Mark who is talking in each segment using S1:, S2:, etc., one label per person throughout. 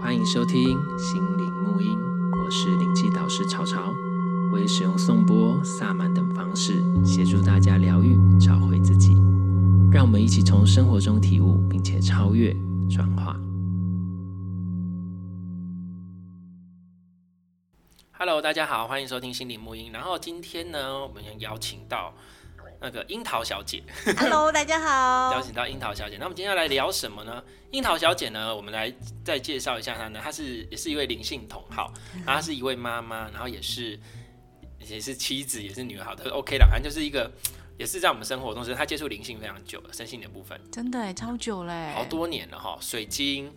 S1: 欢迎收听心灵沐音，我是灵气导师潮潮，我也使用颂钵、萨满等方式协助大家疗愈、找回自己。让我们一起从生活中体悟，并且超越、转化。Hello，大家好，欢迎收听心灵沐音。然后今天呢，我们邀请到那个樱桃小姐。
S2: Hello，大家
S1: 邀
S2: 好。
S1: 请到樱桃小姐。那我们今天要来聊什么呢？樱桃小姐呢，我们来再介绍一下她呢。她是也是一位灵性同好，
S2: 嗯
S1: 然后她是一位妈妈，然后也是也是妻子，也是女儿好的 OK 啦，反正就是一个也是在我们生活中，就是她接触灵性非常久了，身心灵的部分
S2: 真的耶超久嘞，
S1: 好多年了哈，水晶。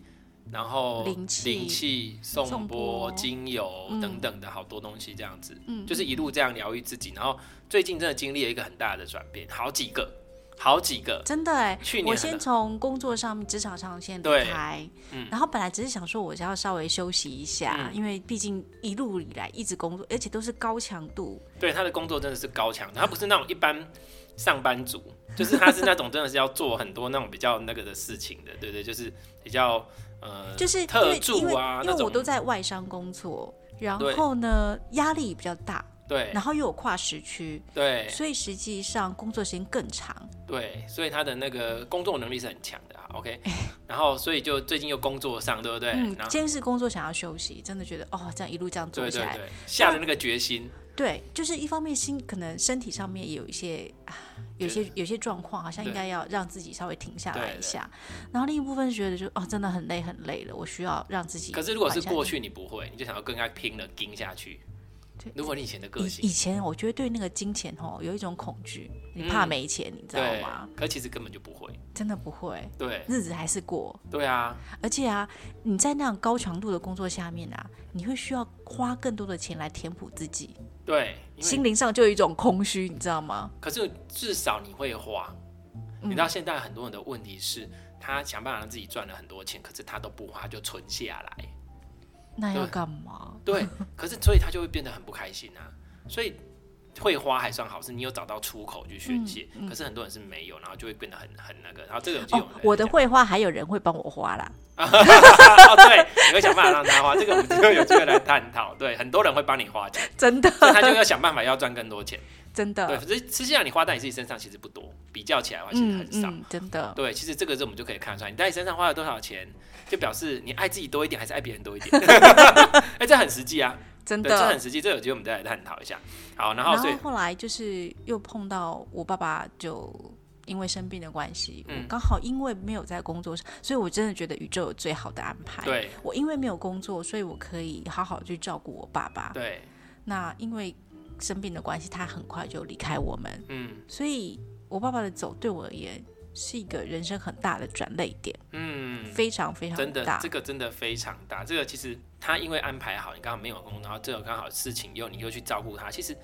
S1: 然后
S2: 灵气
S1: 灵气、颂
S2: 颂
S1: 钵、
S2: 钵
S1: 精油
S2: 嗯
S1: 等等的好多东西，这样子，
S2: 嗯
S1: 就是一路这样疗愈自己。然后最近真的经历了一个很大的转变，好几个，好几个，
S2: 真的哎
S1: 去。年
S2: 我
S1: 的
S2: 先从工作上面、职场上先离
S1: 对
S2: 开
S1: 嗯，
S2: 然后本来只是想说我要稍微休息一下，
S1: 嗯
S2: 因为毕竟一路以来一直工作，而且都是高强度，
S1: 对他的工作真的是高强，他不是那种一般上班族，就是他是那种真的是要做很多那种比较那个的事情的，对对，就是比较呃，
S2: 就是因
S1: 特
S2: 为因
S1: 助
S2: 为
S1: 啊
S2: 因
S1: 那
S2: 为我
S1: 种
S2: 都，在外商工作，然
S1: 对
S2: 后呢压力比较大，
S1: 对
S2: 然后又有跨时区，
S1: 对
S2: 所以实际上工作时间更长。
S1: 对，所以他的那个工作能力是很强的、啊、，OK，然 后所以就最近又工作上，对不对？
S2: 嗯，
S1: 然后
S2: 今天是工作想要休息，真的觉得哦，这样一路这样做
S1: 对
S2: 下
S1: 对
S2: 来，
S1: 对，下了那个决心，
S2: 对，就是一方面心可能身体上面也有一些啊，有
S1: 对
S2: 些有些状况，好像应
S1: 对
S2: 该要让自己稍微停下来
S1: 对
S2: 一
S1: 对
S2: 下。然后另一部分是觉得就哦，真的很累很累了，我需要让自己
S1: 可
S2: 缓下来。
S1: 是如果是过去你不会，你就想要跟他拼了，盯下去
S2: 对。
S1: 如果你以前的个
S2: 以以
S1: 性，
S2: 前，我觉得对那个金钱哦有一种恐惧，你怕
S1: 嗯
S2: 没钱，你知道
S1: 对
S2: 吗？，
S1: 可其实根本就不会，
S2: 真的不会，
S1: 对
S2: 日子还是过。
S1: 对啊，
S2: 而且啊，你在那样高强度的工作下面啊，你会需要花更多的钱来填补自己，
S1: 对，因为
S2: 心灵上就有一种空虚，你知道吗？
S1: 可是至少你会花。你
S2: 嗯
S1: 知道现在很多人的问题是，他想办法让自己赚了很多钱，可是他都不花，就存下来。
S2: 嗯那要
S1: 对
S2: 干嘛？
S1: 对，可是所以他就会变得很不开心啊。所以会花还算好，是你有找到出口去宣泄。可是很多人是没有，然后就会变得很很那个。然后这个就有
S2: 嗯哦
S1: 人、，
S2: 我的会花还有人会帮我花 啦。
S1: 哦，对，你会想办法让他花。这个我们之后有机会来探讨。对，很多人会帮你花钱，
S2: 真的，
S1: 所以他就要想办法要赚更多钱。
S2: 真
S1: 对，
S2: 的，
S1: 可是实际上你花在你自己身上其实不多，比较起来的话其实
S2: 嗯
S1: 很少。
S2: 嗯，真的，
S1: 对，其实这个是我们就可以看得出来，你在你身上花了多少钱，就表示你爱自己多一点，还是爱别人多一点。 哎、这很实际啊，
S2: 真
S1: 对，这很
S2: 的。
S1: 实际，这有机会我们再来探讨一下。好，然
S2: 然
S1: 后
S2: 后
S1: 所以
S2: 后来就是又碰到我爸爸，就因为生病的关系，
S1: 嗯
S2: 我刚好因为没有在工作，所以我真的觉得宇宙有最好的安排。，
S1: 对
S2: 我因为没有工作，所以我可以好好去照顾我爸爸。
S1: 对，
S2: 那因为生病的关系，他很快就离开我们，
S1: 嗯
S2: 所以我爸爸的走对我而言是一个人生很大的转泪点，
S1: 嗯，
S2: 非常非常
S1: 真的
S2: 大
S1: 这。个真的非常大。这个其实他因为安排好，你刚好没有空，然后这个刚好事情又你又去照顾他，其实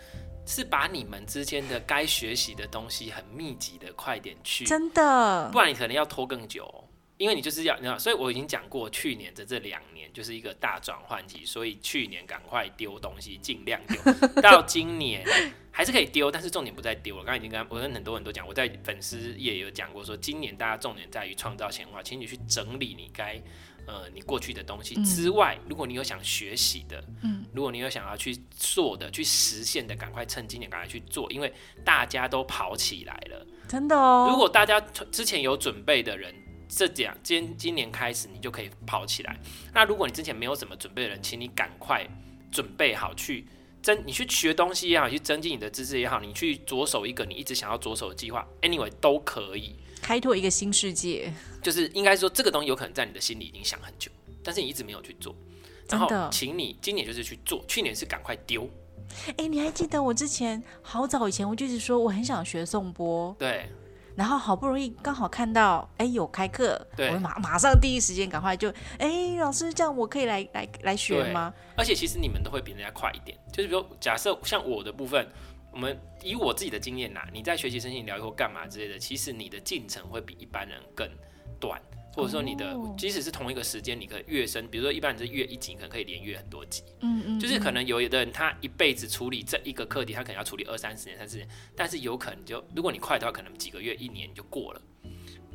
S1: 是把你们之间的该学习的东西很密集的快点去
S2: 真的
S1: 不，然你可能要拖更久哦、因为你就是要，你知道，所以我已经讲过，去年的这两年就是一个大转换期，所以去年赶快丢东西，尽量 丢，到今年还是可以丢，但是重点不在丢了。我刚才已经跟我跟很多人都讲，我在粉丝也有讲过说今年大家重点在于创造显化，请你去整理你该。呃，你过去的东西
S2: 嗯
S1: 之外，如果你有想学习的，
S2: 嗯，
S1: 如果你有想要去做的、去实现的，赶快趁今年赶快去做，因为大家都跑起来了。
S2: 真的哦。
S1: 如果大家之前有准备的人，这两今今年开始你就可以跑起来。那如果你之前没有什么准备的人，请你赶快准备好去增，你去学东西也好，去增进你的知识也好，你去着手一个你一直想要着手的计划，anyway 都可以。
S2: 开拓一个新世界，
S1: 就是应该说这个东西有可能在你的心里已经想很久，但是你一直没有去做。然
S2: 真
S1: 后
S2: 的，
S1: 请你今年就是去做，去年是赶快丢，
S2: 哎、你还记得我之前好早以前，我就是说我很想学颂钵，
S1: 对
S2: 然后好不容易刚好看到哎、有开课，
S1: 对
S2: 我马马上第一时间赶快就哎、老师这样我可以来来来学吗？
S1: 而且其实你们都会比人家快一点。就是比如假设像我的部分，我们以我自己的经验啦，你在学习身心疗愈或干嘛之类的，其实你的进程会比一般人更短，或者说你的、
S2: 哦
S1: 即使是同一个时间，你可以跃升，比如说一般人是跃一级，你可能可以连跃很多级。
S2: 嗯嗯，
S1: 就是可
S2: 嗯
S1: 能有的人他一辈子处理这一个课题，他可能要处理二三十年、三十年，但是有可能就如果你快的话，可能几个月、一年你就过了。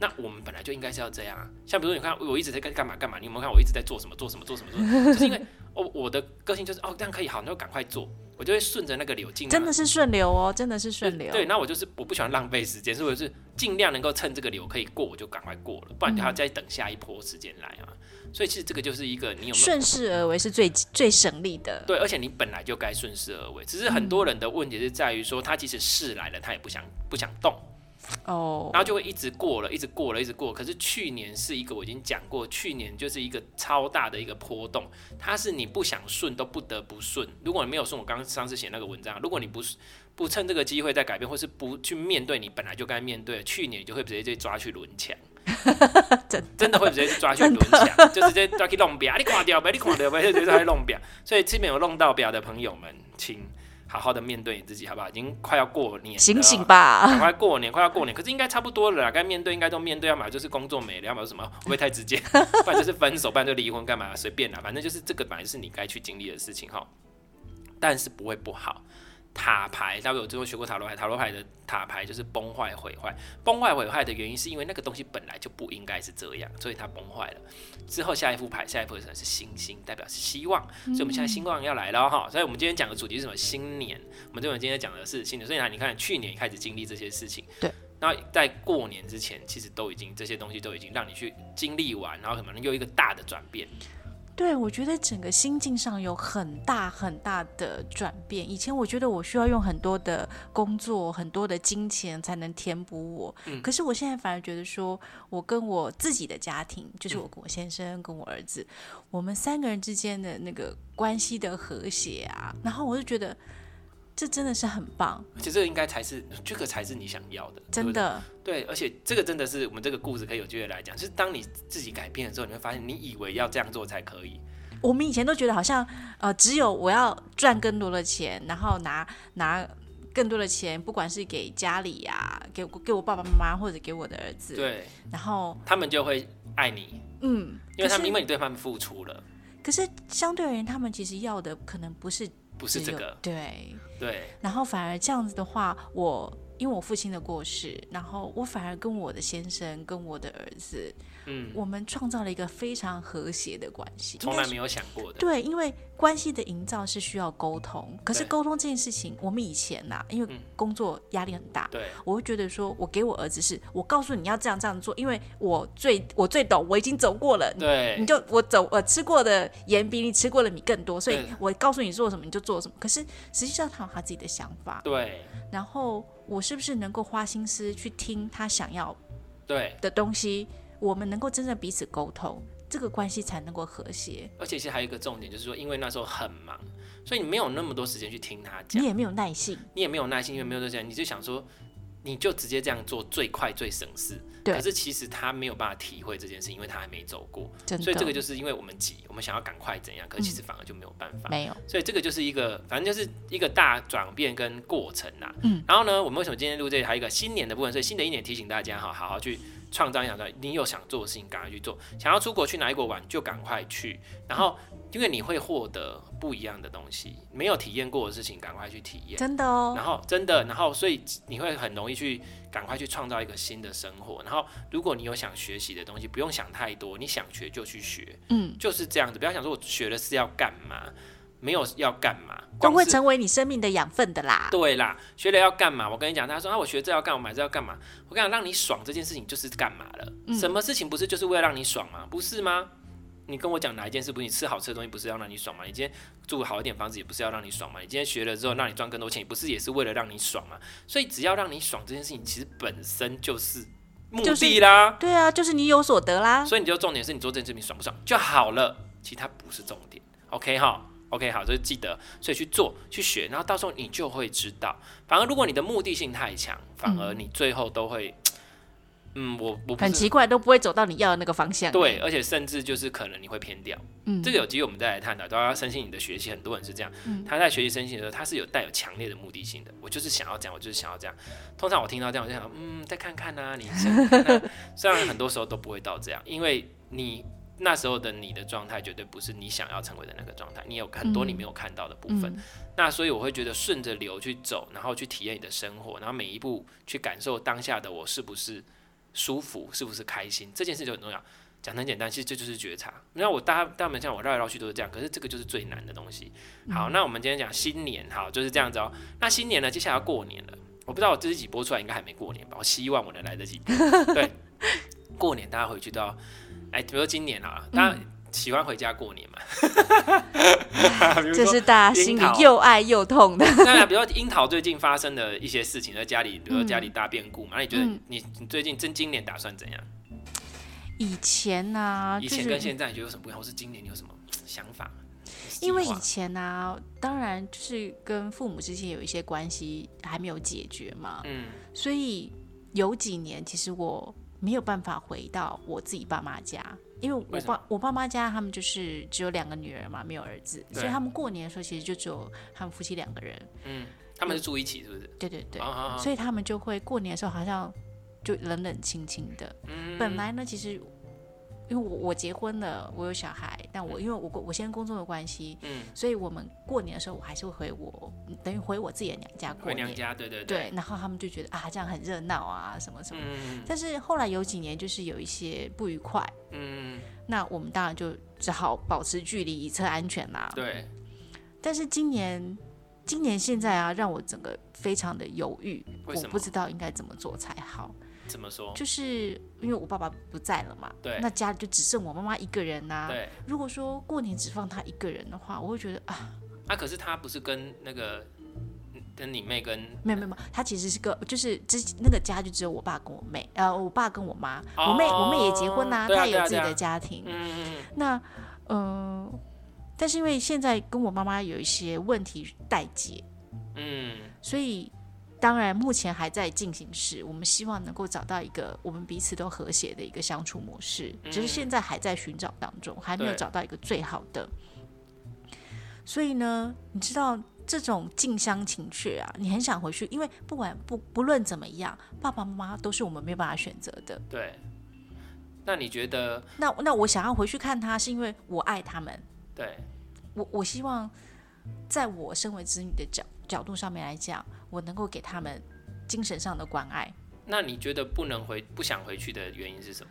S1: 那我们本来就应该是要这样啊。像比如说，你看我一直在干干嘛干嘛，你有没有看我一直在做什么做什么做什么做 什么？就是因为哦，我的个性就是哦，这样可以好，那就赶快做，我就会顺着那个流进。
S2: 真的是顺流哦，真的是顺流。
S1: 对，那我就是我不喜欢浪费时间，所以我是尽量能够趁这个流可以过，我就赶快过了，不然你还
S2: 嗯
S1: 要再等下一波时间来啊。所以其实这个就是一个你有没有
S2: 顺势而为是最最省力的。
S1: 对，而且你本来就该顺势而为。只是很多人的问题是在于说，他即使事来了，他也不想不想动，
S2: 哦
S1: 然，后就会一直过了，一直过了，一直过。可是去年是一个我已经讲过，去年就是一个超大的一个波动，它是你不想顺都不得不顺。如果你没有顺，我刚刚上次写那个文章，如果你不是不趁这个机会再改变，或是不去面对你本来就该面对的，去年你就会直接被抓去轮墙。
S2: 真的
S1: 真的会直接去抓去轮墙，就直接抓去弄表，啊你垮掉呗，你垮掉呗，就直接抓去弄表。所以，这边有弄到表的朋友们，请好好的面对你自己，好不好？已经快要过年了，
S2: 醒醒吧！
S1: 赶快过年，快要过年，可是应该差不多了啦，该面对应该都面对，要么就是工作没了，要么就是什么，会不会太直接？ 不然就是分手，不然就离婚，干嘛随便啦，反正就是这个本来是你该去经历的事情哈，但是不会不好。塔牌，大家有之后学过塔罗牌，塔罗牌的塔牌就是崩坏、毁坏。崩坏、毁坏的原因是因为那个东西本来就不应该是这样，所以它崩坏了。之后下一副牌，下一副可能是星星，代表是希望，所以我们现在希望要来了哈。所以我们今天讲的主题是什么？新年。我们这边今天讲的是新年，所以呢，你看去年开始经历这些事情，
S2: 对。
S1: 那在过年之前，其实都已经这些东西都已经让你去经历完，然后可能又一个大的转变。
S2: 对，我觉得整个心境上有很大很大的转变。以前我觉得我需要用很多的工作、很多的金钱才能填补我，
S1: 嗯
S2: 可是我现在反而觉得说，我跟我自己的家庭，就是
S1: 嗯
S2: 我跟我先生、跟我儿子，我们三个人之间的那个关系的和谐啊，然后我就觉得这真的是很棒，
S1: 而且这个应该才是，这个才是你想要的，对
S2: 真
S1: 不对
S2: 的。
S1: 对，而且这个真的是我们这个故事可以有机会来讲，就是当你自己改变的时候，你会发现你以为要这样做才可以，
S2: 我们以前都觉得好像呃，只有我要赚更多的钱，然后拿拿更多的钱，不管是给家里呀、给我给我爸爸妈妈，或者给我的儿子，
S1: 对
S2: 然后
S1: 他们就会爱你，
S2: 嗯，
S1: 因为他们因
S2: 可
S1: 为你对他们付出了，
S2: 是可是相对而言，他们其实要的可能不是
S1: 不是
S2: 只
S1: 这
S2: 有
S1: 个，
S2: 对，
S1: 对，
S2: 然后反而这样子的话，我因为我父亲的过世，然后我反而跟我的先生跟我的儿子，
S1: 嗯，
S2: 我们创造了一个非常和谐的关系，应
S1: 从
S2: 该
S1: 来没有想过的，
S2: 对，因为关系的营造是需要沟通，可是
S1: 对
S2: 沟通这件事情，我们以前呐、因为
S1: 嗯
S2: 工作压力很大，
S1: 对，
S2: 我会觉得说，我给我儿子是，我告诉你要这样这样做，因为我最我最懂，我已经走过了，你
S1: 对
S2: 你，就我走我吃过的盐比你吃过的米更多，所以
S1: 对
S2: 我告诉你做什么你就做什么。可是实际上他有他自己的想法，
S1: 对，
S2: 然后我是不是能够花心思去听他想要
S1: 对，
S2: 的东西，我们能够真正彼此沟通，这个关系才能够和谐。
S1: 而且其实还有一个重点，就是说，因为那时候很忙，所以你没有那么多时间去听他讲
S2: 你，也没有耐性，
S1: 你也没有耐心，因为没有时间，你就想说，你就直接这样做最快最省事。
S2: 对
S1: 可是其实他没有办法体会这件事，因为他还没走过，
S2: 真的。
S1: 所以这个就是因为我们急，我们想要赶快怎样，可是其实反而就没有办法。
S2: 没有，
S1: 所以这个就是一个，反正就是一个大转变跟过程啦、
S2: 嗯，
S1: 然后呢，我们为什么今天录这里还有一个新年的部分？所以新的一年提醒大家哈，好好去创造一想说，你有想做的事情赶快去做，想要出国去哪一国玩就赶快去，然后因为你会获得不一样的东西，没有体验过的事情赶快去体验。
S2: 真的哦。
S1: 然后真的，然后所以你会很容易去赶快去创造一个新的生活。然后如果你有想学习的东西，不用想太多，你想学就去学，
S2: 嗯，
S1: 就是这样子。不要想说我学了是要干嘛，没有要干嘛，
S2: 都
S1: 光
S2: 会
S1: 是
S2: 成为你生命的养分的啦。
S1: 对啦，学了要干嘛？我跟你讲，他说啊，我学这要干嘛，买这要干嘛？我跟你讲，让你爽这件事情就是干嘛了？什么事情不是就是为了让你爽吗？不是吗？你跟我讲哪一件事不是你吃好吃的东西不是要让你爽吗？你今天住好一点房子也不是要让你爽吗？你今天学了之后让你赚更多钱，不是也是为了让你爽吗？所以只要让你爽这件事情，其实本身就是目的啦。
S2: 对啊，就是你有所得啦。
S1: 所以你就重点是啊你做这件事情爽不爽就好了，其他不是重点。OK 哈，OK 好，就是记得，所以去做去学，然后到时候你就会知道。反而如果你的目的性太强，反而你最后都会，嗯，我我不
S2: 很
S1: 是
S2: 奇怪，都不会走到你要的那个方向。
S1: 对，，而且甚至就是可能你会偏掉。
S2: 嗯，
S1: 这个有机会我们再来探讨。大家身心你的学习，很多人是这样，他在学习身心的时候，他是有带有强烈的目的性的。我就是想要这样，我就是想要这样。通常我听到这样，我就想，嗯，再看看呐、你先看看啊虽然很多时候都不会到这样，因为你那时候的你的状态绝对不是你想要成为的那个状态，你有很多你没有看到的部分。
S2: 嗯
S1: 那所以我会觉得顺着流去走，然后去体验你的生活，然后每一步去感受当下的我是不是。舒服，是不是开心，这件事就很重要。讲得很简单，其实这就是觉察。那我大大门像我绕来绕去都是这样，可是这个就是最难的东西。好，那我们今天讲新年，好就是这样子哦。那新年呢，接下来要过年了，我不知道我这集播出来应该还没过年吧？我希望我能来得 及。对，过年大家回去都要，哎，比如说今年好了，大家
S2: 嗯
S1: 喜欢回家过年嘛？ 比如
S2: 这
S1: 说
S2: 是大家
S1: 樱
S2: 心里
S1: 桃
S2: 又爱又痛的。
S1: 对啊，比如说樱桃最近发生的一些事情，在家里，比如说家里大变故嘛，那你觉得
S2: 嗯
S1: 你你最近真今年打算怎样？
S2: 以前呐，
S1: 以
S2: 啊就
S1: 前
S2: 是
S1: 跟现在你觉得有什么不一样，或是今年你有什么想法？计
S2: 因为
S1: 划
S2: 以前啊，当然就是跟父母之间有一些关系还没有解决嘛，
S1: 嗯
S2: 所以有几年其实我没有办法回到我自己爸妈家，因为我
S1: 为什么
S2: 爸我爸妈家他们就是只有两个女儿嘛，没有儿子，
S1: 对
S2: 所以他们过年的时候其实就只有他们夫妻两个人，
S1: 嗯，他们是住一起是不是？
S2: 对对对，
S1: 啊啊啊
S2: 所以他们就会过年的时候好像就冷冷清清的。
S1: 嗯
S2: 本来呢，其实因为我我结婚了，我有小孩，但我因为我我先工作的关系，
S1: 嗯，
S2: 所以我们过年的时候我还是会回我等于回我自己的娘家过
S1: 嗯回
S2: 年
S1: 娘，家，对对
S2: 对，然后他们就觉得啊这样很热闹啊什么什么，
S1: 嗯
S2: 但是后来有几年就是有一些不愉快，
S1: 嗯，
S2: 那我们当然就只好保持距离以测安全啦。
S1: 嗯对，
S2: 但是今年，今年现在啊，让我整个非常的犹豫，
S1: 为
S2: 我
S1: 什么
S2: 不知道应该怎么做才好。
S1: 怎么说？
S2: 就是因为我爸爸不在了嘛，
S1: 对
S2: 那家里就只剩我妈妈一个人呐、
S1: 对，
S2: 如果说过年只放她一个人的话，我会觉得啊，
S1: 啊，可是他不是跟那个跟你妹跟
S2: 没有没有没有，她其实是个，就是之那个家就只有我爸跟我妹，呃，我爸跟我妈，我妹我妹也结婚
S1: 哦
S2: 呐、
S1: 哦对啊
S2: 她也有
S1: 对啊
S2: 自己
S1: 对
S2: 的
S1: 啊
S2: 家庭，
S1: 嗯
S2: 那嗯、呃但是因为现在跟我妈妈有一些问题待解，
S1: 嗯
S2: 所以当然目前还在进行时，我们希望能够找到一个我们彼此都和谐的一个相处模式，
S1: 嗯
S2: 只是现在还在寻找当中，还没有
S1: 对
S2: 找到一个最好的。所以呢，你知道这种近乡情怯啊，你很想回去，因为不管不不论怎么样，爸爸妈妈都是我们没有办法选择的。
S1: 对。那你觉得
S2: 那那我想要回去看他，是因为我爱他们，
S1: 对？
S2: 我我希望，在我身为子女的角角度上面来讲，我能够给他们精神上的关爱。
S1: 那你觉得不能回不想回去的原因是什么？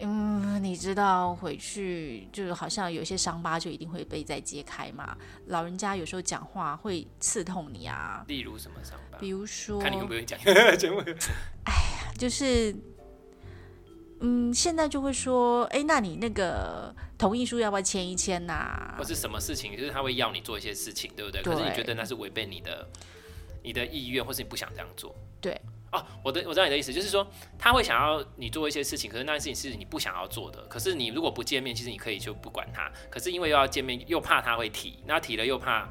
S2: 嗯，你知道回去就是好像有些伤疤就一定会被再揭开嘛。老人家有时候讲话会刺痛你啊，
S1: 例如什么伤疤？
S2: 比如说，
S1: 看你会不会讲节目。
S2: 就是，嗯，现在就会说，哎，那你那个同意书要不要签一签呐、
S1: 或是什么事情，就是他会要你做一些事情，对不对？
S2: 啊对
S1: 可是你觉得那是违背你的你的意愿，或是你不想这样做。
S2: 对。
S1: 哦，我的我知道你的意思，就是说他会想要你做一些事情，可是那件事情是你不想要做的。可是你如果不见面，其实你可以就不管他。可是因为又要见面，又怕他会提，那提了又怕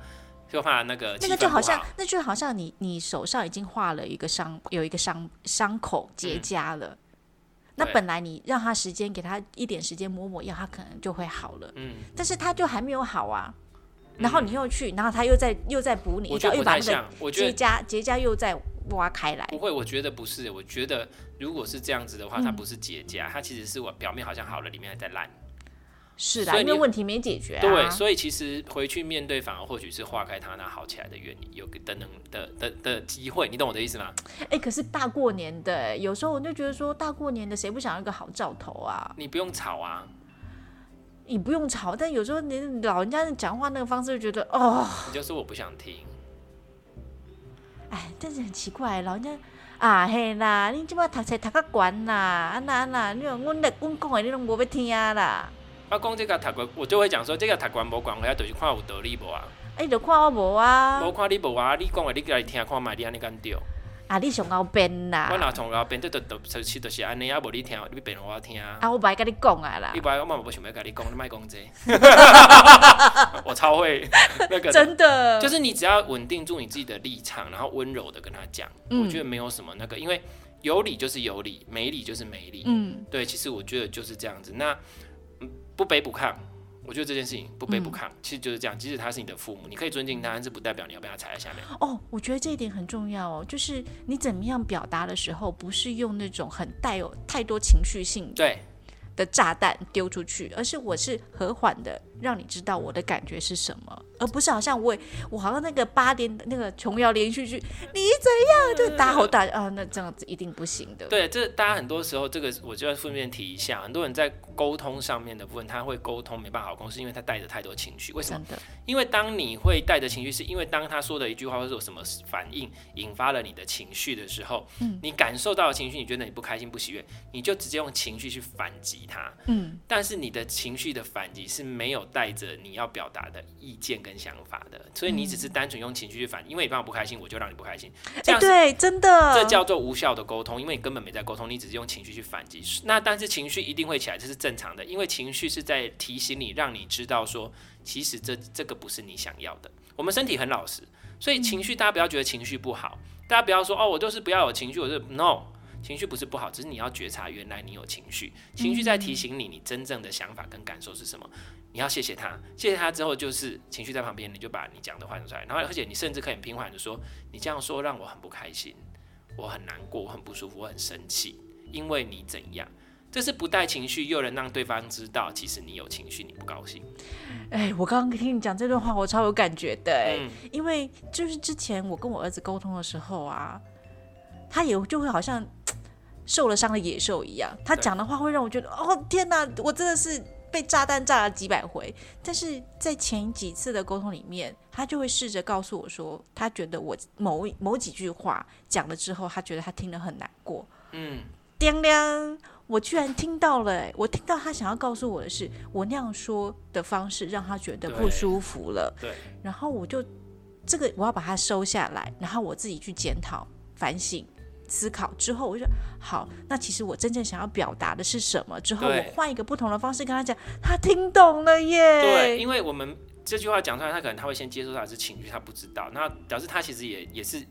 S1: 又怕那个
S2: 那
S1: 气
S2: 个
S1: 氛
S2: 就
S1: 呃不
S2: 好像，那就好像你你手上已经画了一个伤，有一个伤伤口结痂了。那
S1: 嗯对
S2: 本来你让他时间，给他一点时间抹抹药，他可能就会好了。
S1: 嗯，
S2: 但是他就还没有好啊。然后你又去，然后他又再又再补你，
S1: 我
S2: 一
S1: 觉
S2: 刀，
S1: 得
S2: 又
S1: 不
S2: 把
S1: 太
S2: 那个
S1: 像，我觉得哦
S2: 结痂结痂又再挖开来。
S1: 不会，我觉得不是。我觉得如果是这样子的
S2: 嗯
S1: 话，它不是结痂，它其实是我表面好像好了，里面还在烂。
S2: 是啦，
S1: 所以
S2: 因
S1: 你
S2: 为问题没解决啊。
S1: 对，所以其实回去面对，反而或许是化开它那好起来的原因，有个的能的的的机会，你懂我的意思吗？
S2: 哎，可是大过年的，有时候我就觉得说，大过年的谁不想要一个好兆头啊？
S1: 你不用吵啊，
S2: 你不用吵，但有时候你老人家讲话那个方式，就觉得哦，
S1: 你就说我不想听，
S2: 哎，但是很奇怪，老人家啊嘿啦，你即摆读册读较悬啦，啊那啊那，你讲阮咧阮讲的，你拢无要听啦。
S1: 啊，讲这个塔关，我就会讲说这个塔关无关，我要就是看有道理无啊，
S2: 哎，你就看我无啊
S1: 无、，看你无啊，你讲的你家己听看卖，你安尼敢对？
S2: 啊你上后编啦。
S1: 我若从后边这就就就实就是安尼，啊无你听，你变我听啊。
S2: 啊，我不爱跟你讲啊啦
S1: 你，不要，我嘛无想要跟你讲，你卖 讲这个我超会那个的
S2: 真的
S1: 就是你只要稳定住你自己的立场，然后温柔的跟他讲，
S2: 嗯
S1: 我觉得没有什么那个，因为有理就是有理，没理就是没理。
S2: 嗯
S1: 对，其实我觉得就是这样子。那嗯不卑不亢，我觉得这件事情不卑不
S2: 嗯
S1: 亢，其实就是这样。即使他是你的父母，你可以尊敬他，但是不代表你要被他踩在下面。
S2: 哦，我觉得这一点很重要哦，就是你怎么样表达的时候，不是用那种很带有太多情绪性的，
S1: 对，
S2: 的炸弹丢出去，而是我是和缓的让你知道我的感觉是什么，而不是好像我也我好像那个八点那个琼瑶连续剧，你怎样对大吼大叫啊，那这样子一定不行的。
S1: 对，这大家很多时候这个我就要顺便提一下，很多人在沟通上面的部分，他会沟通没办法好沟通，是因为他带着太多情绪。为什么？
S2: 真的，
S1: 因为当你会带着情绪，是因为当他说的一句话或者有什么反应引发了你的情绪的时候，
S2: 嗯
S1: 你感受到的情绪，你觉得你不开心、不喜悦，你就直接用情绪去反击他。
S2: 嗯，
S1: 但是你的情绪的反击是没有带着你要表达的意见跟想法的，所以你只是单纯用情绪去反，因为你让我不开心，我就让你不开心，这
S2: 嗯哎、
S1: 样是
S2: 对，真的，
S1: 这叫做无效的沟通，因为你根本没在沟通，你只是用情绪去反击。那但是情绪一定会起来，这是正常的，因为情绪是在提醒你，让你知道说，其实这这个不是你想要的。我们身体很老实，所以情绪大家不要觉得情绪不好，大家不要说哦，我就是不要有情绪，我就 no。情绪不是不好，只是你要觉察，原来你有情绪，情绪在提醒你你真正的想法跟感受是什么。你要谢谢他，谢谢他之后就是情绪在旁边，你就把你讲的话讲出来，然后而且你甚至可以很平缓的说，你这样说让我很不开心，我很难过，我很不舒服，我很生气，因为你怎样？这是不带情绪，又能让对方知道，其实你有情绪，你不高兴。
S2: 哎，我刚刚听你讲这段话，我超有感觉的、哎、
S1: 嗯
S2: 因为就是之前我跟我儿子沟通的时候啊，他也就会好像受了伤的野兽一样，他
S1: 对
S2: 讲的话会让我觉得，哦天哪，我真的是被炸弹炸了几百回。但是在前几次的沟通里面，他就会试着告诉我说，他觉得我某一某几句话讲了之后，他觉得他听得很难过，
S1: 嗯，
S2: 叮铃，我居然听到了、欸，我听到他想要告诉我的是，我那样说的方式让他觉得不
S1: 对
S2: 舒服了，
S1: 对，
S2: 然后我就这个我要把它收下来，然后我自己去检讨、反省、思考之后，我就好，那其实我真正想要表达的是什么？之后
S1: 对
S2: 我换一个不同的方式跟他讲，他听懂了耶，
S1: 对，，因为我们这句话讲出来，他可能他会先接受到的是情绪，他不知道，那表示他其实也也是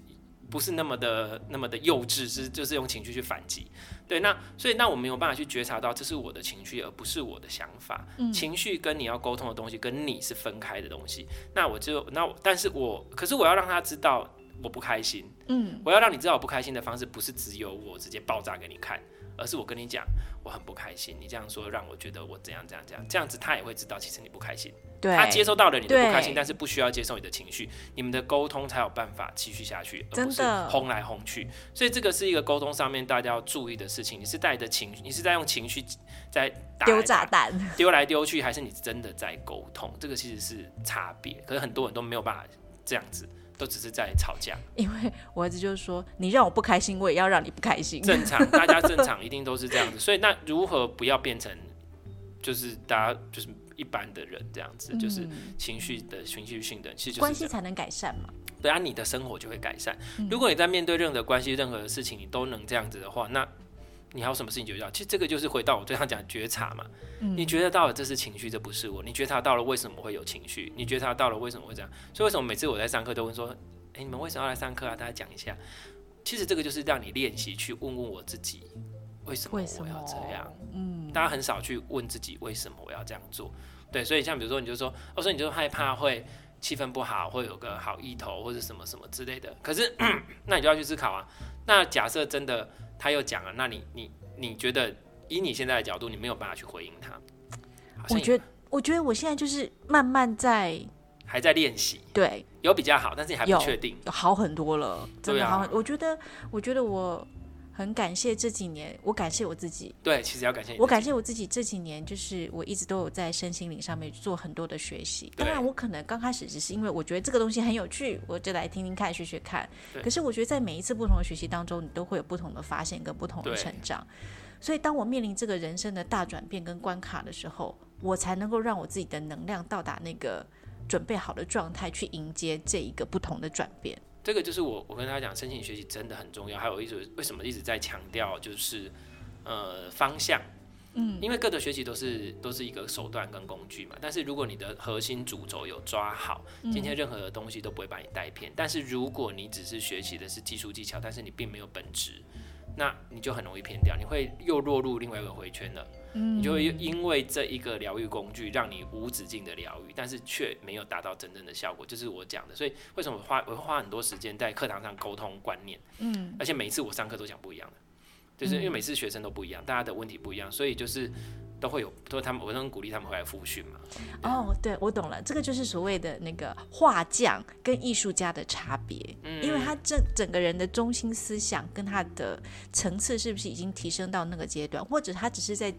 S1: 不是那么的那么的幼稚，是就是用情绪去反击。对，那所以那我没有办法去觉察到这是我的情绪，而不是我的想法。
S2: 嗯
S1: 情绪跟你要沟通的东西跟你是分开的东西。那我就那我，但是我可是我要让他知道我不开心，
S2: 嗯，
S1: 我要让你知道我不开心的方式，不是只有我直接爆炸给你看，而是我跟你讲我很不开心，你这样说让我觉得我怎样怎样怎样，这样子他也会知道其实你不开心，
S2: 对，
S1: 他接收到了你的不开心，
S2: 对
S1: 但是不需要接受你的情绪，你们的沟通才有办法继续下去，而不是
S2: 真的
S1: 轰来轰去。所以这个是一个沟通上面大家要注意的事情，你是带着情绪，你是在用情绪在打来
S2: 丢
S1: 打
S2: 炸弹，
S1: 丢来丢去，还是你真的在沟通，这个其实是差别。可是很多人都没有办法这样子，都只是在吵架。
S2: 因为我儿子就是说，你让我不开心，我也要让你不开心，
S1: 正常， 大家正常一定都是这样子。所以那如何不要变成就是大家就是一般的人这样子，就是
S2: 嗯
S1: 情绪的情绪性的，其实就
S2: 关
S1: 是这样
S2: 系才能改善嘛，
S1: 对啊，你的生活就会改善。
S2: 嗯
S1: 如果你在面对任何关系、任何的事情，你都能这样子的话，那你还有什么事情解决不了？其实这个就是回到我对他讲觉察嘛。
S2: 嗯
S1: 你觉得到了这是情绪，这不是我。你觉察到了为什么会有情绪？你觉察到了为什么会这样？所以为什么每次我在上课都问说：“哎、你们为什么要来上课啊？”大家讲一下。其实这个就是让你练习去问问我自己，为什么
S2: 为什
S1: 我要
S2: 么
S1: 这样？嗯，大家很少去问自己为什么我要这样做。对，所以像比如说，你就说，哦，所以你就害怕会气氛不好，会有个好意头或者什么什么之类的。可是，那你就要去思考啊。那假设真的他又讲了，那你你你觉得以你现在的角度，你没有办法去回应他，好
S2: 我
S1: 像也
S2: 觉得，我觉得我现在就是慢慢在
S1: 还在练习，
S2: 对
S1: 有比较好，但是你还不
S2: 有
S1: 确定。
S2: 有好很多了，真
S1: 对
S2: 的
S1: 啊
S2: 好很。我觉得，我觉得我很感谢这几年，我感谢我自己，
S1: 对，其实要感谢你自己，
S2: 我感谢我自己这几年，就是我一直都有在身心灵上面做很多的学习。
S1: 对
S2: 当然，我可能刚开始只是因为我觉得这个东西很有趣，我就来听听看、学学看。
S1: 对
S2: 可是我觉得在每一次不同的学习当中，你都会有不同的发现跟不同的
S1: 对
S2: 成长。所以，当我面临这个人生的大转变跟关卡的时候，我才能够让我自己的能量到达那个准备好的状态，去迎接这一个不同的转变。
S1: 这个就是我我跟他讲，申请学习真的很重要。还有一直为什么一直在强调就是呃方向，嗯，因为各个学习都是都是一个手段跟工具嘛。但是如果你的核心主轴有抓好，今天任何的东西都不会把你带偏。但是如果你只是学习的是技术技巧，但是你并没有本质。那你就很容易偏掉，你会又落入另外一个回圈了。嗯，你就会因为这一个疗愈工具，让你无止境的疗愈，但是却没有达到真正的效果，这是我讲的。所以为什么我花我会花很多时间在课堂上沟通观念？嗯，而且每一次我上课都讲不一样的，就是因为每次学生都不一样，大家的问题不一样，所以就是都会有，都他们我都很鼓励他们回来复训嘛。
S2: 哦，对，我懂了，这个就是所谓的那个画匠跟艺术家的差别，
S1: 嗯
S2: 因为他整整个人的中心思想跟他的层次是不是已经提升到那个阶段，或者他只是在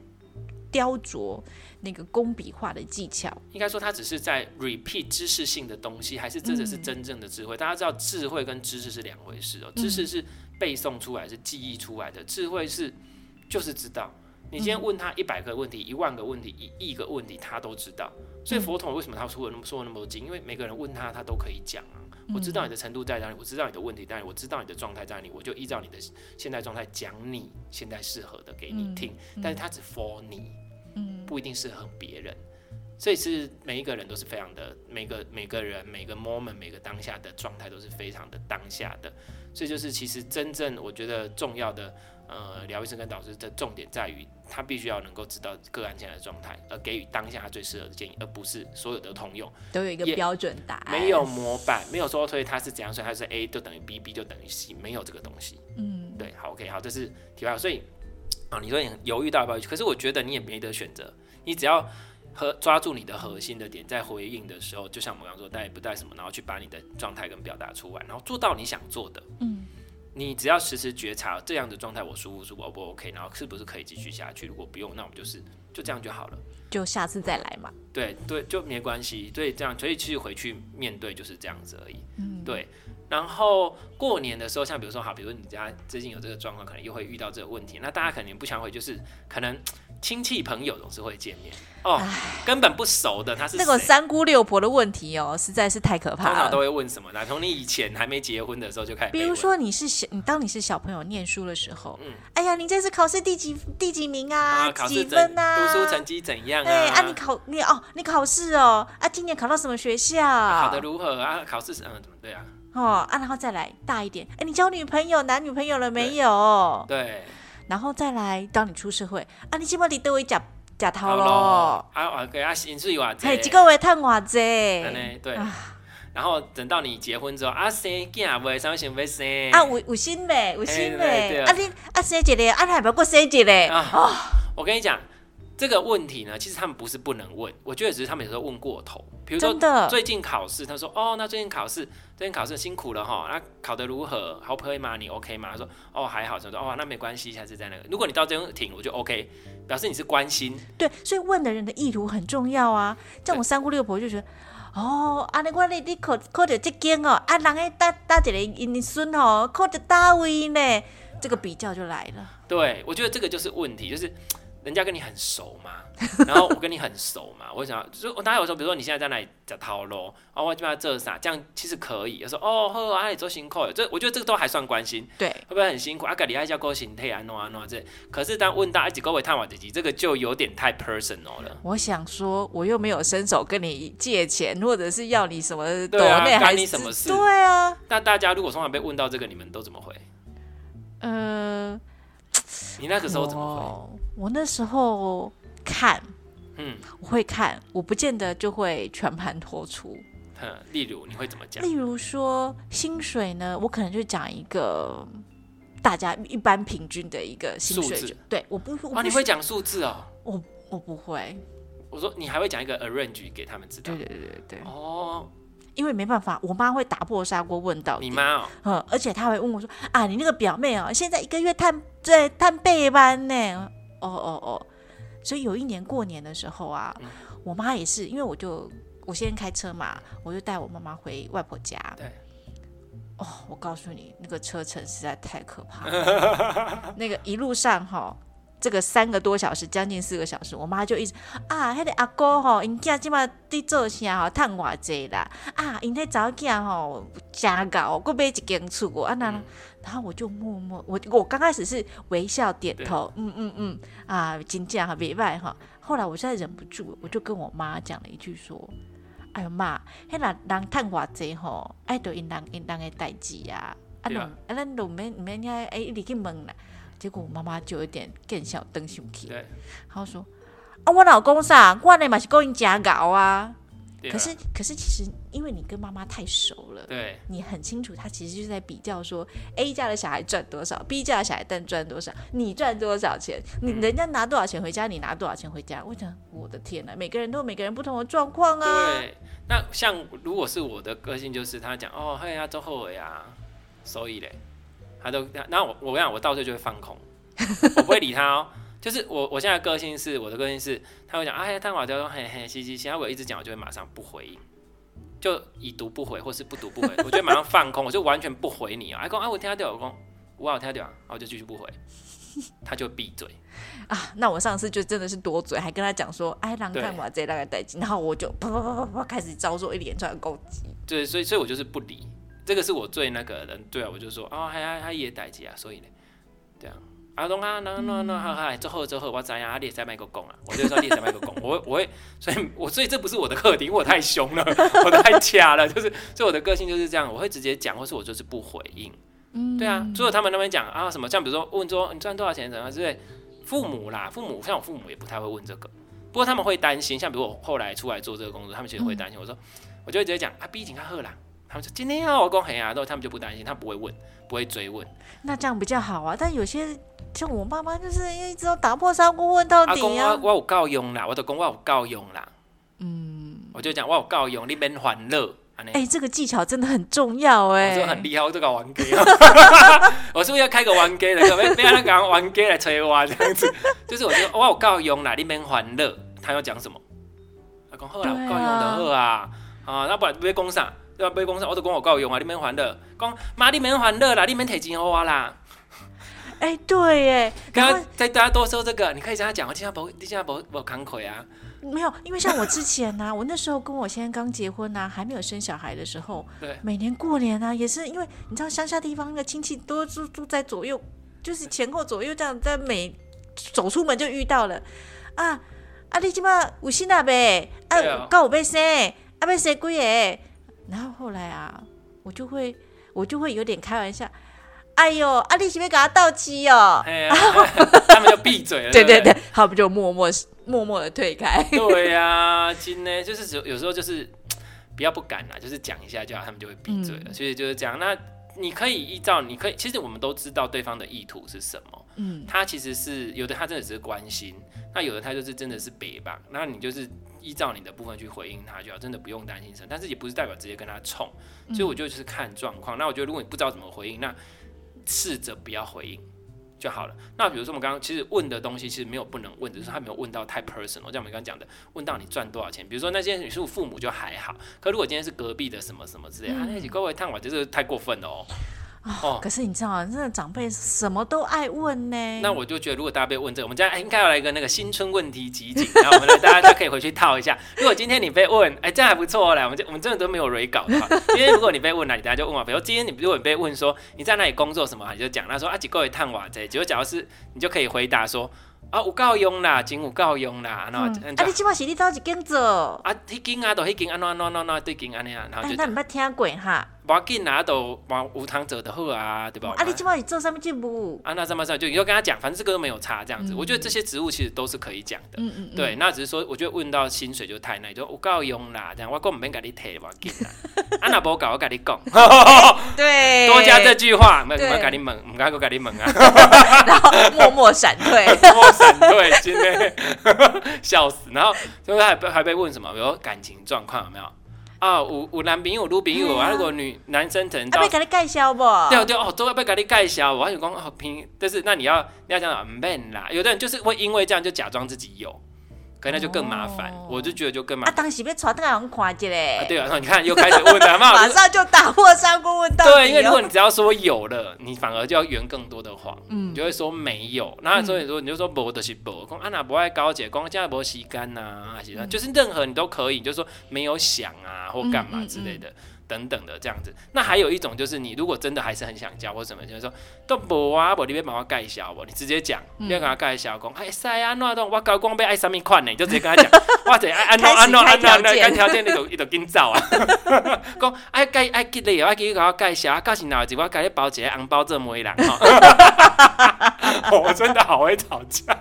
S2: 雕琢那个工笔画的技巧。
S1: 应该说，他只是在 repeat 知识性的东西，还是这个是真正的智慧？大家知道，智慧跟知识是两回事哦。知识是背诵出来，是记忆出来的；智慧是就是知道。你今天问他一百个问题、一万个问题、一亿个问题，他都知道。所以佛陀为什么他出了那么说那么多经？因为每个人问他，他都可以讲啊。我知道你的程度在哪里，我知道你的问题在哪里，我知道你的状态在哪里，我就依照你的现在状态讲你现在适合的给你听。但是他只 for 你，不一定适合别人。所以是每一个人都是非常的，每个每个人每个 moment 每个当下的状态都是非常的当下的。所以就是其实真正我觉得重要的，呃，疗愈师跟导师的重点在于他必须要能够知道个案现在的状态，而给予当下他最适合的建议，而不是所有的通用。
S2: 都有一个
S1: 也
S2: 标准答案，
S1: 没有模板，没有说推它是怎样，所以它是 A 就等于 B，B 就等于 C，没有这个东西。嗯，对，好，OK，好，这是题外话。所以啊，你说你很犹豫到底要不要去，可是我觉得你也没得选择，你只要和抓住你的核心的点，在回应的时候，就像我们刚刚说带不带什么，然后去把你的状态跟表达出来，然后做到你想做的。嗯。你只要时时觉察这样的状态，我舒不舒服，O 不 OK，然后是不是可以继续下去？如果不用，那我们就是就这样就好了。
S2: 就下次再来嘛。
S1: 对对，就没关系，对，这样，所以其实回去面对就是这样子而已，嗯，对。然后过年的时候，像比如说，好，比如你家最近有这个状况，可能又会遇到这个问题，那大家可能也不想回，就是可能亲戚朋友总是会见面哦，根本不熟的，他是
S2: 那个
S1: 谁
S2: 三姑六婆的问题哦，实在是太可
S1: 通
S2: 怕
S1: 常都
S2: 了。
S1: 会问什么呢？从你以前还没结婚的时候就开始被
S2: 比
S1: 问，
S2: 如说你是小，你当你是小朋友念书的时候，
S1: 嗯
S2: 哎呀，你这次考试第几第几名啊？
S1: 啊，考
S2: 几
S1: 试
S2: 分
S1: 怎
S2: 啊？
S1: 读书成绩怎样啊？
S2: 哎啊，你考你哦，你考试哦啊，今年考到什么学校？
S1: 考得如何啊？考试是嗯，怎么对啊？
S2: 哦啊，然后再来大一点，哎，你交女朋友、男女朋友了没有？
S1: 对，
S2: 然后再来，当你出社会啊，你起码得对我假假头
S1: 咯
S2: 咯，
S1: 啊啊，给啊，薪水哇，
S2: 嘿，一个月探偌济
S1: 安尼对。然后等到你结婚之后，啊生囝袂，啥物想要生
S2: 啊，有有新未？有新
S1: 哎
S2: 未？
S1: 对对
S2: 啊你啊生一个，啊你还不过生一个？
S1: 啊！我跟你讲，这个问题呢，其实他们不是不能问，我觉得只是他们有时候问过头。比如说
S2: 真的
S1: 最近考试，他说哦，那最近考试，最近考试辛苦了哈，那考得如何？O K 吗？你 O、k 吗？他说哦还好，他说哦那没关系，下次再那个。如果你到这边停，我就 O、k 表示你是关心。
S2: 对，所以问的人的意图很重要啊。这种三姑六婆就觉得，哦，啊，尼我你你考考着这间哦，啊，人家搭搭一个因孙哦，考着大位呢，这个比较就来了。
S1: 对，我觉得这个就是问题，就是人家跟你很熟嘛， 然后我跟你很熟嘛，我想要就是我大家有时候，比如说你现在在那里讲套路，哦，我就把这啥，这样其实可以，有时候哦呵，啊，你做辛苦了，这我觉得这个都还算关心，
S2: 对，
S1: 会不会很辛苦？啊，你爱叫高心态啊，弄啊弄啊这，可是当问到啊几个维探瓦几集，这个就有点太 personal 了。
S2: 我想说，我又没有伸手跟你借钱，或者是要你什么抖
S1: 对啊
S2: 内、
S1: 干
S2: 还
S1: 你
S2: 是
S1: 什么事
S2: 对啊，
S1: 那大家如果通常被问到这个，你们都怎么回？
S2: 呃，
S1: 你那个时候怎么回？
S2: 我我那时候看，
S1: 嗯
S2: 我会看，我不见得就会全盘托出。
S1: 哼，例如你会怎么讲？
S2: 例如说薪水呢，我可能就讲一个大家一般平均的一个薪水
S1: 数
S2: 就，
S1: 字
S2: 对，我不，我
S1: 啊，
S2: 不
S1: 你
S2: 需
S1: 会讲数字哦？
S2: 我我不会，
S1: 我说你还会讲一个 arrange 给他们知道
S2: 对。对对对对，
S1: 哦，
S2: 因为没办法，我妈会打破砂锅问到
S1: 你
S2: 底，
S1: 妈哦，
S2: 嗯，而且她会问我说啊，你那个表妹哦，现在一个月探在探背班呢，哦哦哦，所以有一年过年的时候啊，我妈也是，因为我就我先开车嘛，我就带我妈妈回外婆家，
S1: 对。
S2: 哦，我告诉你，那个车程实在太可怕了。那个一路上哈，这个三个多小时，将近四个小时，我妈就一直啊，迄、个阿哥吼，因囝即马伫做啥吼，趁偌济啦，啊，因迄查某囝吼，真搞，佫买一间厝啊那。然后我就默默，我我刚开始是微笑点头，嗯嗯嗯，啊，真正哈袂歹哈。后来我实在忍不住，我就跟我妈讲了一句说：“哎呦妈，迄人人趁偌济吼，爱着因人因人的代志啊，啊，
S1: 对
S2: 拢
S1: 啊
S2: 啊，咱都免毋免遐哎一直去问啦。”结果我妈妈就有点更小灯生气，
S1: 对，
S2: 然后说：“啊，我老公啥，我呢嘛是讲因真搞啊。”
S1: 对啊
S2: 可是可是其实因为你跟妈妈太熟了，
S1: 对，
S2: 你很清楚她其实就是在比较说 A 家的小孩赚多少，B 家的小孩但赚多少，你赚多少钱，你
S1: 嗯
S2: 人家拿多少钱回家，你拿多少钱回家。我想，我的天呐，每个人都有每个人不同的状况啊。
S1: 对，那像如果是我的个性，就是他讲哦，嘿呀，周后尾啊，所以嘞，他都他那我我跟你讲，我到最后就会放 空，我不会理他哦。就是我我现在的个性是我的个性是，他会讲哎，探瓦雕说嘿嘿嘻嘻嘻，他如果一直讲，我就会马上不回应。就已读不回，或是不读 不回，我就马上放空，我就完全不回你啊！哎公啊，我听他掉，我公，哇，我听他掉，然后我就继续不回，他就闭嘴。
S2: 啊，那我上次就真的是多嘴，还跟他讲说，哎，让看我这那个代金，然后我就啪啪啪啪啪开始遭受一连串的攻击。
S1: 对，所以所以我就是不理，这个是我最那个人。对啊，我就说啊，还还还也代志啊，所以呢，对啊，啊东啊，那那那哈哈，之后之后我怎样啊，你也在卖个供啊，我就说你也在卖个供，我会我会，所以我所以这不是我的课题，因为我太凶了，我太掐了，就是所以我的个性就是这样，我会直接讲，或是我就是不回应。
S2: 嗯，
S1: 对啊，所以他们那边讲啊什么，像比如说问说你赚多少钱怎么样之类，父母啦，父母像我父母也不太会问这个，不过他们会担心，像比如我后来出来做这个工作，他们其实会担心。我说，我就会直接讲啊，毕竟他喝啦，他们说今天要我公黑啊，然后他们就不担心，他不会问，不会追问。
S2: 那这样比较好啊。但有些像我妈妈，就是一直要打破砂锅问到
S1: 阿公
S2: 底
S1: 我
S2: 啊。
S1: 我有够用啦，我的公我有够用啦，嗯，我就讲我有够用，你免烦恼。安尼。
S2: 哎、这个技巧真的很重要哎、
S1: 我说很厉害，我哦这个玩 gay，我是不是要开个玩 gay 的？可不 可以不要那个玩 gay 来催我这样子？就是我说我有够用啦，你免欢乐。他要讲什么？他讲好啦，
S2: 对啊
S1: 有够用就好啊。啊，那不然不要讲啥，对吧？不要讲啥，我都讲我够用啊，你免欢乐。讲妈，你免欢乐啦，你免提钱给我啦。
S2: 哎、对哎，
S1: 跟
S2: 然
S1: 他
S2: 后
S1: 再大家多说这个，你可以跟他讲，我现在不，你现在不不扛亏啊。
S2: 没有，因为像我之前呢、 我那时候跟我先生刚结婚呐、还没有生小孩的时候，
S1: 对，
S2: 每年过年啊，也是因为你知道乡下地方的亲戚都住住在左右，就是前后左右这样，在每走出门就遇到了啊啊！你今嘛有新啊呗？啊
S1: 对啊，
S2: 告我被生，啊被生鬼耶！然后后来啊，我就会我就会有点开玩笑，哎呦，啊你是不是给他倒期哦？
S1: 哎 呀，他们就闭嘴了。
S2: 对
S1: 对
S2: 对
S1: 不
S2: 对，他们就默默默默的退开。
S1: 对呀、真的就是有有时候就是不要不敢啦，就是讲一下就好，他们就会闭嘴了。
S2: 嗯
S1: 所以就是这样。那你可以依照，你可以，其实我们都知道对方的意图是什么。
S2: 嗯，
S1: 他其实是有的，他真的只是关心；那有的他就是真的是北吧。那你就是依照你的部分去回应他就好，真的不用担心什么。但是也不是代表直接跟他冲，所以我就是看状况。那我觉得如果你不知道怎么回应，那试着不要回应就好了。那比如说我们刚刚其实问的东西其实没有不能问，只是他没有问到太 personal，像我们刚刚讲的，问到你赚多少钱。比如说那些你是父母就还好，可如果今天是隔壁的什么什么之类，啊，那起各位探我，这个太过分了哦。哦，
S2: 可是你知道啊，真的长辈什么都爱问呢。
S1: 那我就觉得，如果大家被问这个，我们家、哎应该要来一个那个新春问题集锦，然后我们来大家大家可以回去套一下。 如果今天你被问，哎、这样还不错哦啦，我们就我们真的都没有蕊稿 的话。今天如果你被问了，你大家就问嘛，比如今天你如果你被问说你在哪里工作什么啊，你就讲，他说啊几个月探瓦这，结果假如是你就可以回答说啊有够用啦，真有够用啦，然后这样
S2: 啊，
S1: 就
S2: 你起码是你倒一间做，
S1: 啊迄间啊，到迄间安怎安怎安怎对间安尼啊，然后
S2: 哎
S1: 就，
S2: 那
S1: 讲
S2: 唔捌听过哈。
S1: 无要紧啊，都往无糖做的好啊，对吧？
S2: 啊，你起码是做什么职务？
S1: 啊，那上班上就你就跟他讲，反正这个都没有差，这样子，我觉得这些职务其实都是可以讲的。
S2: 嗯嗯，
S1: 对，那只是说，我觉得问到薪水就太耐，就哦我够用啦，这样我根本没跟你提吧，给 啦，啊那无搞我跟你讲，
S2: 对
S1: 多加这，句话，没
S2: 对
S1: 没跟你问，唔敢我跟你问啊，
S2: 然后默默闪 退。
S1: 我闪退，真的 笑死。然后就是还被还被问什么，比如说感情状况有没有啊？有有男朋友、女朋友
S2: 对啊
S1: 啊，如果女男生可能
S2: 啊，
S1: 到
S2: 要给你介绍不？
S1: 对对哦，都要被给你盖小，我还想讲哦平，但是那你要你要这样唔 man 啦，有的人就是会因为这样就假装自己有，可那就更麻烦，
S2: 哦
S1: 我就觉得就更麻
S2: 啊，
S1: 烦。
S2: 当时要传给人看
S1: 啊，
S2: 一下，
S1: 对啊，然后你看又开始问了 嘛，
S2: 马上就打破砂锅问到底哦。
S1: 对，因为如果你只要说有了，你反而就要圆更多的谎，
S2: 嗯
S1: 你就会说没有。那所以说你就说不就是不，讲安娜不爱高姐，讲现在不吸干呐，啊还是
S2: 嗯
S1: 那就是任何你都可以，你就说没有想啊或干嘛之
S2: 嗯
S1: 类的。等等的这样子，那还有一种就是你如果真的还是很想交或什么，就是说都不啊，我你别把我盖小我，你直接讲，你要跟他盖小讲，哎塞啊，那种我高光被爱什么款呢，你就直接跟他讲，哇塞，安安安安安安安条件你就你就紧走啊，讲爱介爱激励，爱记给我介绍，到时哪有一我给你包一个红包做媒人吼。我真的好会吵架，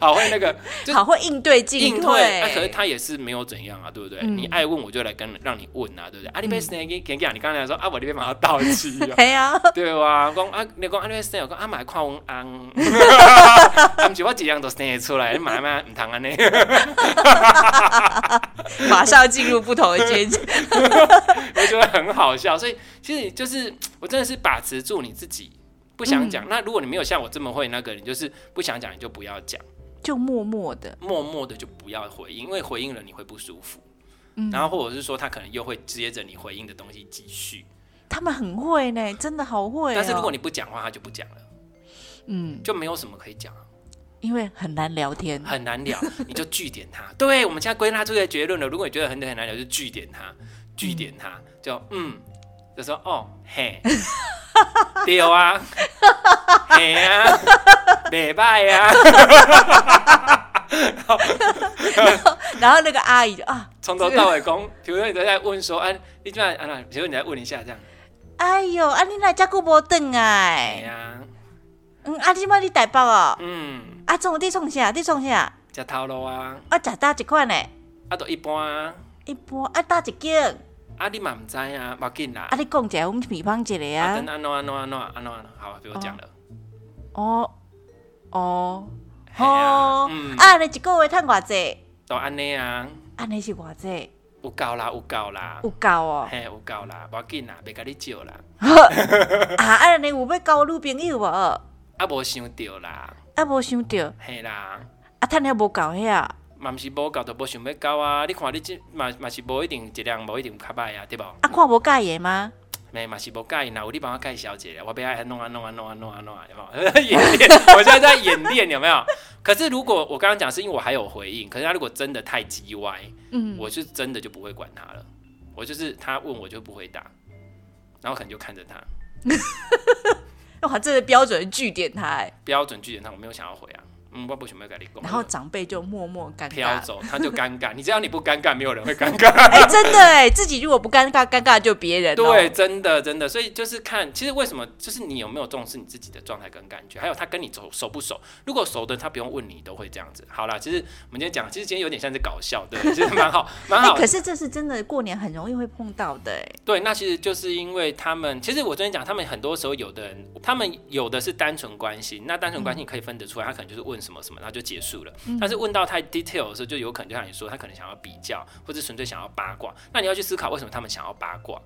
S1: 好会那个就
S2: 好会应对进
S1: 应
S2: 退。
S1: 那、可是他也是没有怎样啊，对不对？
S2: 嗯。
S1: 你爱问我就来跟让你问啊，对不对？啊，你被谁给给讲？你刚才说啊，我这边马上到期啊
S2: 哎呀，
S1: 对啊，讲啊，你讲啊，你要生，我讲啊，买看阮翁，啊，毋是我一样都生得出来，你妈妈毋通安尼。
S2: 马上进入不同的阶级。
S1: 我觉得很好笑。所以其实就是我真的是把持住你自己不想讲。那如果你没有像我这么会那个，你就是不想讲你就不要讲，
S2: 就默默的，
S1: 默默的就不要回应，因为回应了你会不舒服。然后或者是说他可能又会接着你回应的东西继续。
S2: 他们很会呢，真的好会、哦。
S1: 但是如果你不讲话，他就不讲了，
S2: 嗯，
S1: 就没有什么可以讲啊。
S2: 因为很难聊天，
S1: 很难聊， 你就据点他。对，我们现在归纳出一个结论了。如果你觉得很很难聊，就据点他，据点他，就嗯，就说哦嘿， 对啊， 嘿啊，袂歹啊，
S2: 然后那个阿姨就啊，
S1: 从头到尾 讲，比如说你都在问说，哎、啊，你这样啊，比如说你再问一下这样，
S2: 哎呦，啊你来家顾无顿
S1: 嘿
S2: 哎，
S1: 啊，
S2: 嗯，啊你妈你台北哦，
S1: 嗯，
S2: 啊中午你创啥？你创啥？
S1: 食头路啊，
S2: 啊食搭一款呢？
S1: 啊都一般啊，
S2: 一般啊搭一间，
S1: 啊你嘛毋知啊，无紧啦
S2: 啊，你讲一下，我们乒乓一个
S1: 啊
S2: 啊
S1: 等，安怎安怎安怎安怎，好，被我讲了，
S2: 哦哦
S1: 嘿啊
S2: 哦，
S1: 嗯，
S2: 啊你一个月趁偌济？
S1: 都安尼啊。
S2: 安尼是偌济？
S1: 有够啦，有够啦
S2: 有，够哦，
S1: 嘿，有够啦，无要紧啦，袂甲你借啦，
S2: 啊啊安尼有要交女朋友无？啊
S1: 啊无想到啦，
S2: 无想到，
S1: 嘿啦，
S2: 啊趁了无够遐，
S1: 嘛毋是无够，就无想要交啊，你看你即嘛嘛是无一定质量，无一定较歹啊，对无？
S2: 啊看无介意吗？
S1: 没嘛是无介意，若有你帮我介绍一下，我要爱弄啊弄啊弄啊弄啊弄 啊，有没有？演练，我现在在演练，有没有？可是如果我刚刚讲是因为我还有回应，可是他如果真的太叽歪，
S2: 嗯，
S1: 我是真的就不会管他了，我就是他问我就不回答，然后可能就看着他，
S2: 哇，这个标准据点他哎。
S1: 标准句点上我没有想要回啊，嗯，我不想要跟你讲。
S2: 然后长辈就默默尴
S1: 飘
S2: 尬。
S1: 走，他就尴 尬。你只要你不尴尬，没有人会尴 尬。
S2: 哎、真的哎，自己如果不尴尬，尴尬就别 人、哦。
S1: 对，，真的真的，所以就是看，其实为什么就是你有没有重视你自己的状态跟感觉，还有他跟你熟熟不熟。如果熟的，他不用问你都会这样子。好啦，其实我们今天讲，其实今天有点像是搞笑，对，其实蛮好，蛮
S2: 哎、
S1: 好
S2: 可。是这是真的，过年很容易会碰到的哎。
S1: 对，那其实就是因为他们，其实我昨天讲，他们很多时候有的人，他们有的是单纯关心，那单纯关心你可以分得出来，他可能就是问什么什么，然后就结束了。但是问到太 detail 的时候，就有可能就像你说，他可能想要比较，或者纯粹想要八卦。那你要去思考为什么他们想要八卦。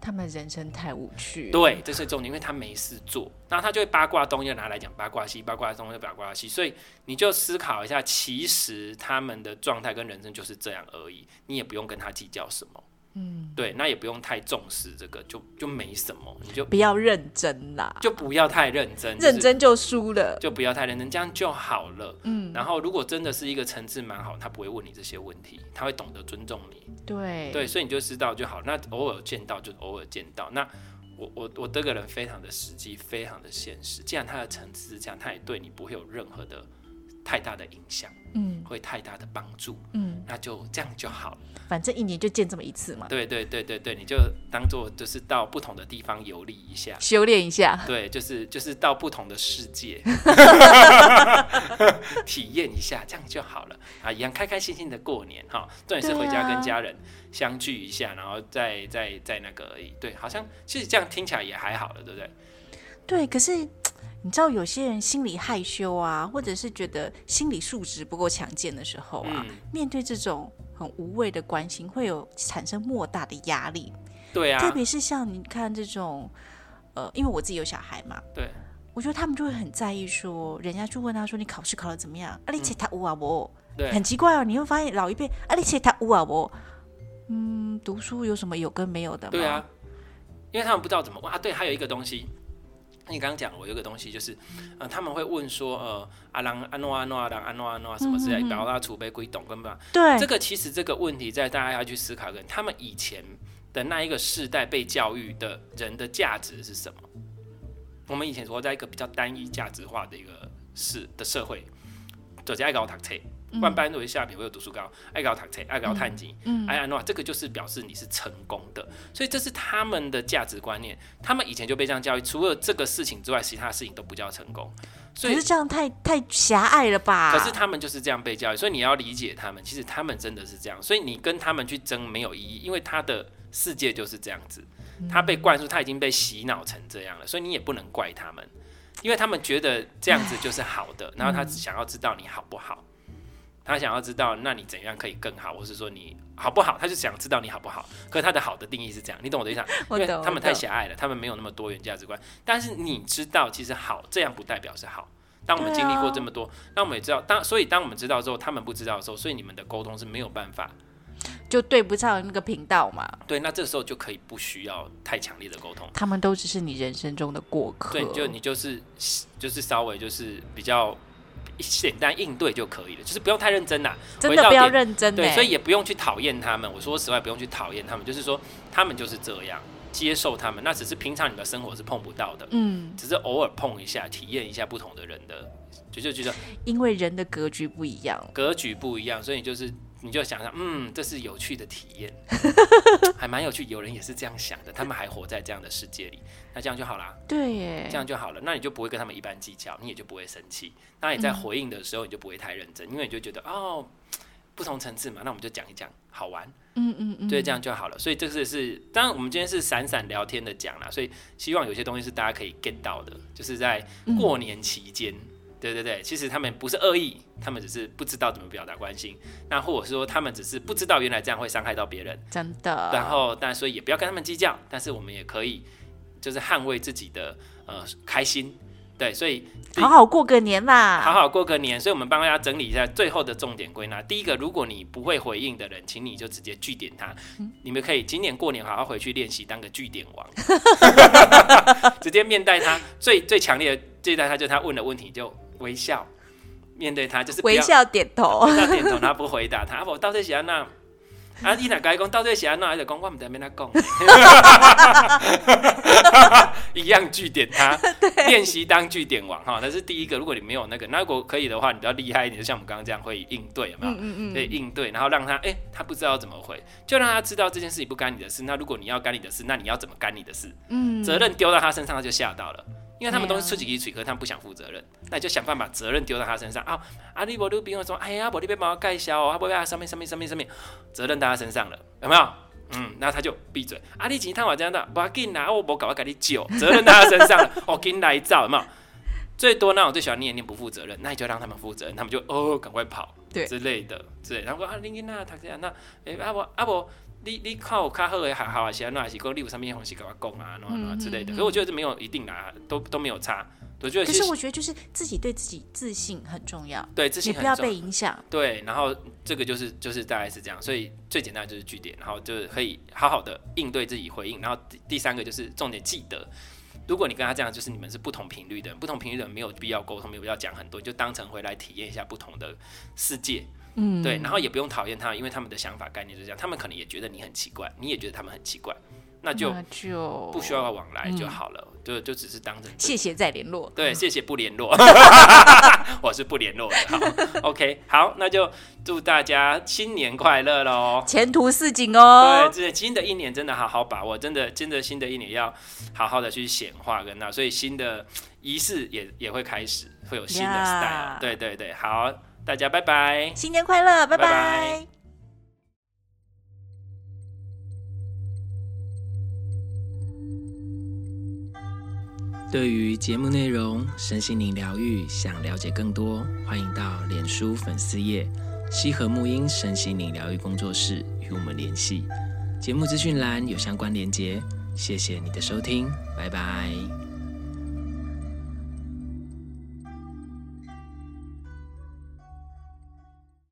S2: 他们人生太无趣。，
S1: 对，这是重点，因为他没事做，然后他就会八卦东又拿来讲八卦西，八卦东又八卦西，所以你就思考一下，其实他们的状态跟人生就是这样而已，你也不用跟他计较什么。嗯，对，那也不用太重视这个，就就没什么，你就
S2: 不要认真啦，
S1: 就不要太认真，就是
S2: 认真就输了。
S1: 就不要太认真，这样就好了。嗯，然后如果真的是一个层次蛮好，他不会问你这些问题，他会懂得尊重你。
S2: 对，
S1: 对，所以你就知道就好。那偶尔见到就偶尔见到。那我我我这个人非常的实际，非常的现实。既然他的层次是这样，他也对你不会有任何的太大的影响，
S2: 嗯
S1: 会太大的帮助，
S2: 嗯，
S1: 那就这样就好了。
S2: 反正一年就见这么一次嘛，
S1: 对对对对对，你就当做就是到不同的地方游历一下。
S2: 修炼一下。
S1: 对，就是就是到不同的世界 体验一下，这样就好了啊！一样开开心心的过年哈，重点是回家
S2: 对啊
S1: 跟家人相聚一下，然后再再再那个而已。对，好像其实这样听起来也还好了，对不对？
S2: 对，可是。你知道有些人心里害羞啊，或者是觉得心理素质不够强健的时候啊，
S1: 嗯，
S2: 面对这种很无谓的关心，会有产生莫大的压力。
S1: 对
S2: 特
S1: 啊，
S2: 别是像你看这种，呃，因为我自己有小孩嘛，
S1: 对，
S2: 我觉得他们就会很在意说，人家去问他说你考试考得怎么样，啊，你切他乌啊不？
S1: 嗯对
S2: 很奇怪哦，你会发现老一辈，啊，你切他乌啊不？嗯，读书有什么有跟没有的吗？
S1: 对啊，，因为他们不知道怎么问啊。对，还有一个东西，你刚刚讲我有一个东西就是，呃，他们会问说，呃，阿郎阿诺阿诺阿郎阿诺阿诺啊什么之类
S2: 嗯
S1: 的，
S2: 嗯嗯
S1: 然后他储备归懂跟不懂？
S2: 对，
S1: 这个其实这个问题在大家要去思考跟他们以前的那一个世代被教育的人的价值是什么？我们以前活在一个比较单一价值化的一个世的社会，走家爱搞读册，万般为下品，唯有读书高，爱搞读册，爱搞探金，哎呀，那这个就是表示你是成功的，所以这是他们的价值观念，他们以前就被这样教育，除了这个事情之外，其他事情都不叫成功。所
S2: 可
S1: 以
S2: 是这样太太狭隘了吧？
S1: 可是他们就是这样被教育，所以你要理解他们。其实他们真的是这样，所以你跟他们去争没有意义，因为他的世界就是这样子，他被灌输，他已经被洗脑成这样了，所以你也不能怪他们，因为他们觉得这样子就是好的，然后他只想要知道你好不好，他想要知道那你怎样可以更好，或是说你好不好，他就想知道你好不好。可是他的好的定义是这样，你懂我的意思吗？
S2: 我
S1: 因为
S2: 懂，
S1: 他
S2: 我
S1: 们太
S2: 懂
S1: 狭隘了，他们没有那么多元价值观。但是你知道，其实好这样不代表是好。当我们
S2: 对
S1: 经历过
S2: 啊
S1: 这么多，那我们也知道，当所以当我们知道之后，他们不知道的时候，所以你们的沟通是没有办法。
S2: 就对不上那个频道嘛。
S1: 对，那这时候就可以不需要太强烈的沟通。
S2: 他们都只是你人生中的过客。
S1: 对，就你就是就是稍微就是比较简单应对就可以了，就是不用太认真啦。
S2: 真
S1: 回
S2: 的
S1: 到
S2: 不要
S1: 点
S2: 认真欸呢、
S1: 对，所以也不用去讨厌他们。我说实话，不用去讨厌他们，就是说他们就是这样，接受他们。那只是平常你的生活是碰不到的。
S2: 嗯，
S1: 只是偶尔碰一下，体验一下不同的人的，就就觉得
S2: 因为人的格局不一样，
S1: 格局不一样，所以你就是你就想想，嗯，这是有趣的体验， 还蛮有趣。有人也是这样想的，他们还活在这样的世界里，那这样就好啦，
S2: 对
S1: 这
S2: 耶，
S1: 样就好了，那你就不会跟他们一般计较，你也就不会生气。那你在回应的时候，你就不会太认真，因为你就觉得哦，不同层次嘛，那我们就讲一讲，好玩。
S2: 嗯嗯嗯，
S1: 对，这样就好了。所以这个是，当然我们今天是散散聊天的讲啦，所以希望有些东西是大家可以 get 到的，就是在
S2: 嗯
S1: 过年期间，对对对，其实他们不是恶意，他们只是不知道怎么表达关心，那或者说他们只是不知道原来这样会伤害到别人，
S2: 真的。
S1: 然后但所以也不要跟他们计较，但是我们也可以就是捍卫自己的呃开心，对，所以
S2: 好好过个年啦，
S1: 好好过个年，所以我们帮大家整理一下最后的重点归纳。第一个，如果你不会回应的人，请你就直接据点他。
S2: 嗯
S1: 你们可以今年过年好好回去练习当个据点王， 直接面带他。最最强烈的对待他，就是他问的问题就微笑面对他，就是不要
S2: 微笑点头。
S1: 他点头，他不回答他。啊，我到底是安那？啊，你若甲伊讲到底是安那，伊就讲我毋知要安怎讲。一样据点他，练习当据点王哈，那是第一个。如果你没有那个，那如果可以的话，你比较厉害一点，就像我们刚刚这样会应对，有没有？
S2: 嗯嗯
S1: 对，
S2: 嗯，
S1: 应对，然后让他，哎、他不知道怎么回，就让他知道这件事情不干你的事。那如果你要干你的事，那你要怎么干你的事？
S2: 嗯，
S1: 责任丢到他身上，他就吓到了。因为他们
S2: 对
S1: 都
S2: 啊
S1: 是出几个嘴，可是他们不想负责任，那你就想办法把责任丢到他身上啊！啊，你无你比如说，哎呀，我你别帮我盖销哦，啊，不要上面上面上面上面，责任到他身上了，有没有？嗯，那他就闭嘴。啊，你钱探我这样的，不要紧啦，啊我无搞我给你救， 责任到他身上了，哦，给你来造，有没有？最多那我最喜欢念念不负责任，那你就让他们负责任，他们就哦赶快跑，
S2: 对
S1: 之类的，之类的。然后说啊，你囡仔读这样那，诶、啊无啊无，你你看有较好的学校还是安怎，还是讲你有啥物方式跟我讲啊，安怎安怎之类的。可是我觉得这没有一定啦，都都没有差。我觉得
S2: 嗯可
S1: 其实
S2: 是我觉得就是自己对自己自信很重要，
S1: 对自
S2: 你
S1: 信
S2: 不
S1: 很
S2: 要
S1: 重
S2: 被影响。
S1: 对，然后这个就是就是大概是这样，所以最简单的就是据点，然后就是可以好好的应对自己回应，然后第第三个就是重点记得，如果你跟他这样，就是你们是不同频率的人，不同频率的人没有必要沟通，没有必要讲很多，你就当成回来体验一下不同的世界，
S2: 嗯，
S1: 对，然后也不用讨厌他，因为他们的想法概念就是这样，他们可能也觉得你很奇怪，你也觉得他们很奇怪，那就
S2: 那就
S1: 不需要往来就好了，就就只是当成
S2: 谢谢再联络。
S1: 对，谢谢不联络， 我是不联络的。好 OK，好，那就祝大家新年快乐喽！
S2: 前途似锦
S1: 对，
S2: 哦，
S1: 这新的一年真的好好把握，真的真的新的一年要好好的去显化跟那，所以新的仪式也也会开始，会有新的
S2: Yeah
S1: style。对对对，好，大家拜拜。
S2: 新年快乐，
S1: 拜拜
S2: 拜
S3: 对于节目内容、身心灵疗愈，想了解更多，欢迎到脸书粉丝页“西和沐音身心灵疗愈工作室”与我们联系。节目资讯栏有相关连结。谢谢你的收听，拜拜。